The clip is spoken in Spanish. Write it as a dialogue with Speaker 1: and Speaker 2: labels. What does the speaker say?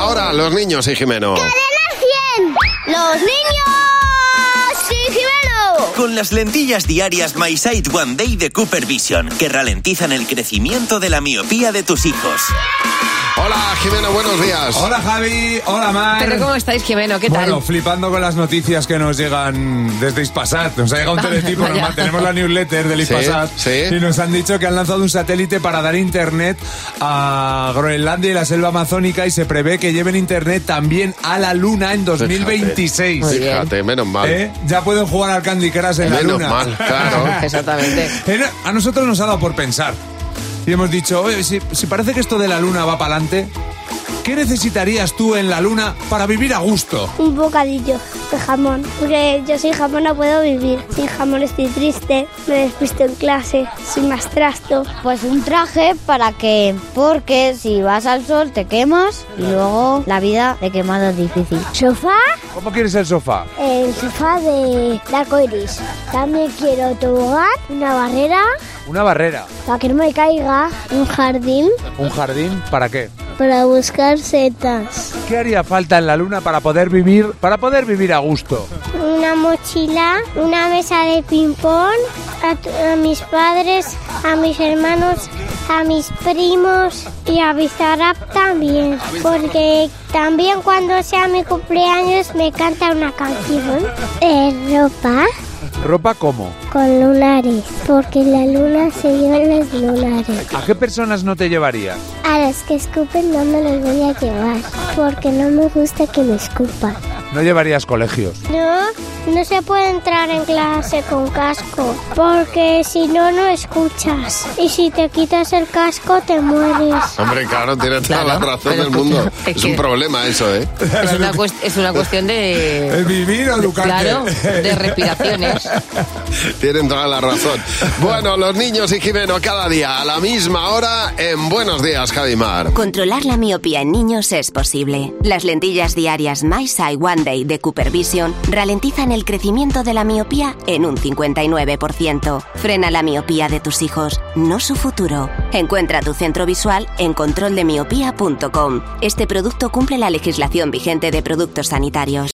Speaker 1: escuchan los niños y Jimeno.
Speaker 2: ¡Cadena 100! ¡Los niños! ¡Sí, Jimeno!
Speaker 3: Con las lentillas diarias My Sight One Day de Cooper Vision, que ralentizan el crecimiento de la miopía de tus hijos.
Speaker 1: Hola Jimeno, buenos días.
Speaker 4: Hola Javi, hola Mar.
Speaker 5: Pero ¿cómo estáis, Jimeno? ¿Qué tal?
Speaker 4: Ah, Bueno, flipando con las noticias que nos llegan desde Ispasat. Nos ha llegado un teletipo, nos
Speaker 5: Vaya.
Speaker 4: mantenemos la newsletter del
Speaker 1: Sí,
Speaker 4: Ispasat.
Speaker 1: sí.
Speaker 4: Y nos han dicho que han lanzado un satélite para dar internet a Groenlandia y la selva amazónica y se prevé que lleven internet también a la luna en 2026.
Speaker 5: Muy bien.
Speaker 1: Fíjate, menos mal.
Speaker 4: ¿Eh? Ya pueden jugar al Candy Crush en la
Speaker 1: Menos
Speaker 4: luna.
Speaker 1: mal, claro.
Speaker 5: Exactamente.
Speaker 4: Era- A nosotros nos ha dado por pensar. Y hemos dicho, oye, si, si parece que esto de la luna va para adelante, ¿qué necesitarías tú en la luna para vivir a gusto?
Speaker 2: Un bocadillo de jamón. Porque yo sin jamón no puedo vivir. Sin jamón estoy triste, me despisto en clase, soy más trasto.
Speaker 6: Pues un traje para que, porque si vas al sol te quemas y luego la vida de quemado es difícil.
Speaker 2: ¿Sofá?
Speaker 4: ¿Cómo quieres el sofá?
Speaker 2: El sofá de arco iris. También quiero tobogán, una barrera
Speaker 4: Una barrera,
Speaker 2: para que no me caiga. Un jardín
Speaker 4: un jardín, ¿para qué?
Speaker 2: para buscar setas.
Speaker 4: ¿Qué haría falta en la luna para poder vivir, para poder vivir a gusto?
Speaker 2: Una mochila, una mesa de ping-pong, a, tu- a mis padres, a mis hermanos, a mis primos y a Bizarrap también. Porque también cuando sea mi cumpleaños me canta una canción. Eh, ropa
Speaker 4: ¿Ropa cómo?
Speaker 2: con lunares, porque la luna se lleva los lunares.
Speaker 4: ¿A qué personas no te llevarías?
Speaker 2: A los que escupen no me los voy a llevar, porque no me gusta que me escupan.
Speaker 4: No llevarías colegios.
Speaker 2: No, no se puede entrar en clase con casco, porque si no, no escuchas. Y si te quitas el casco, te mueres.
Speaker 1: Hombre, claro, tienes toda
Speaker 5: Claro,
Speaker 1: la razón
Speaker 5: pero
Speaker 1: del mundo.
Speaker 5: escucha,
Speaker 1: Es
Speaker 5: es
Speaker 1: un
Speaker 5: que-
Speaker 1: problema eso, ¿eh?
Speaker 5: Es una, cuest- es una cuestión de...
Speaker 4: vivir o
Speaker 5: Claro, de respiraciones.
Speaker 1: Tienen toda la razón. Bueno, los niños y Jimeno cada día a la misma hora en Buenos Días, Javimar.
Speaker 7: Controlar la miopía en niños es posible. Las lentillas diarias My Sight One Day de Cooper Vision ralentizan el crecimiento de la miopía en un 59%. Frena la miopía de tus hijos, no su futuro. Encuentra tu centro visual en controldemiopía.com. Este producto cumple la legislación vigente de productos sanitarios.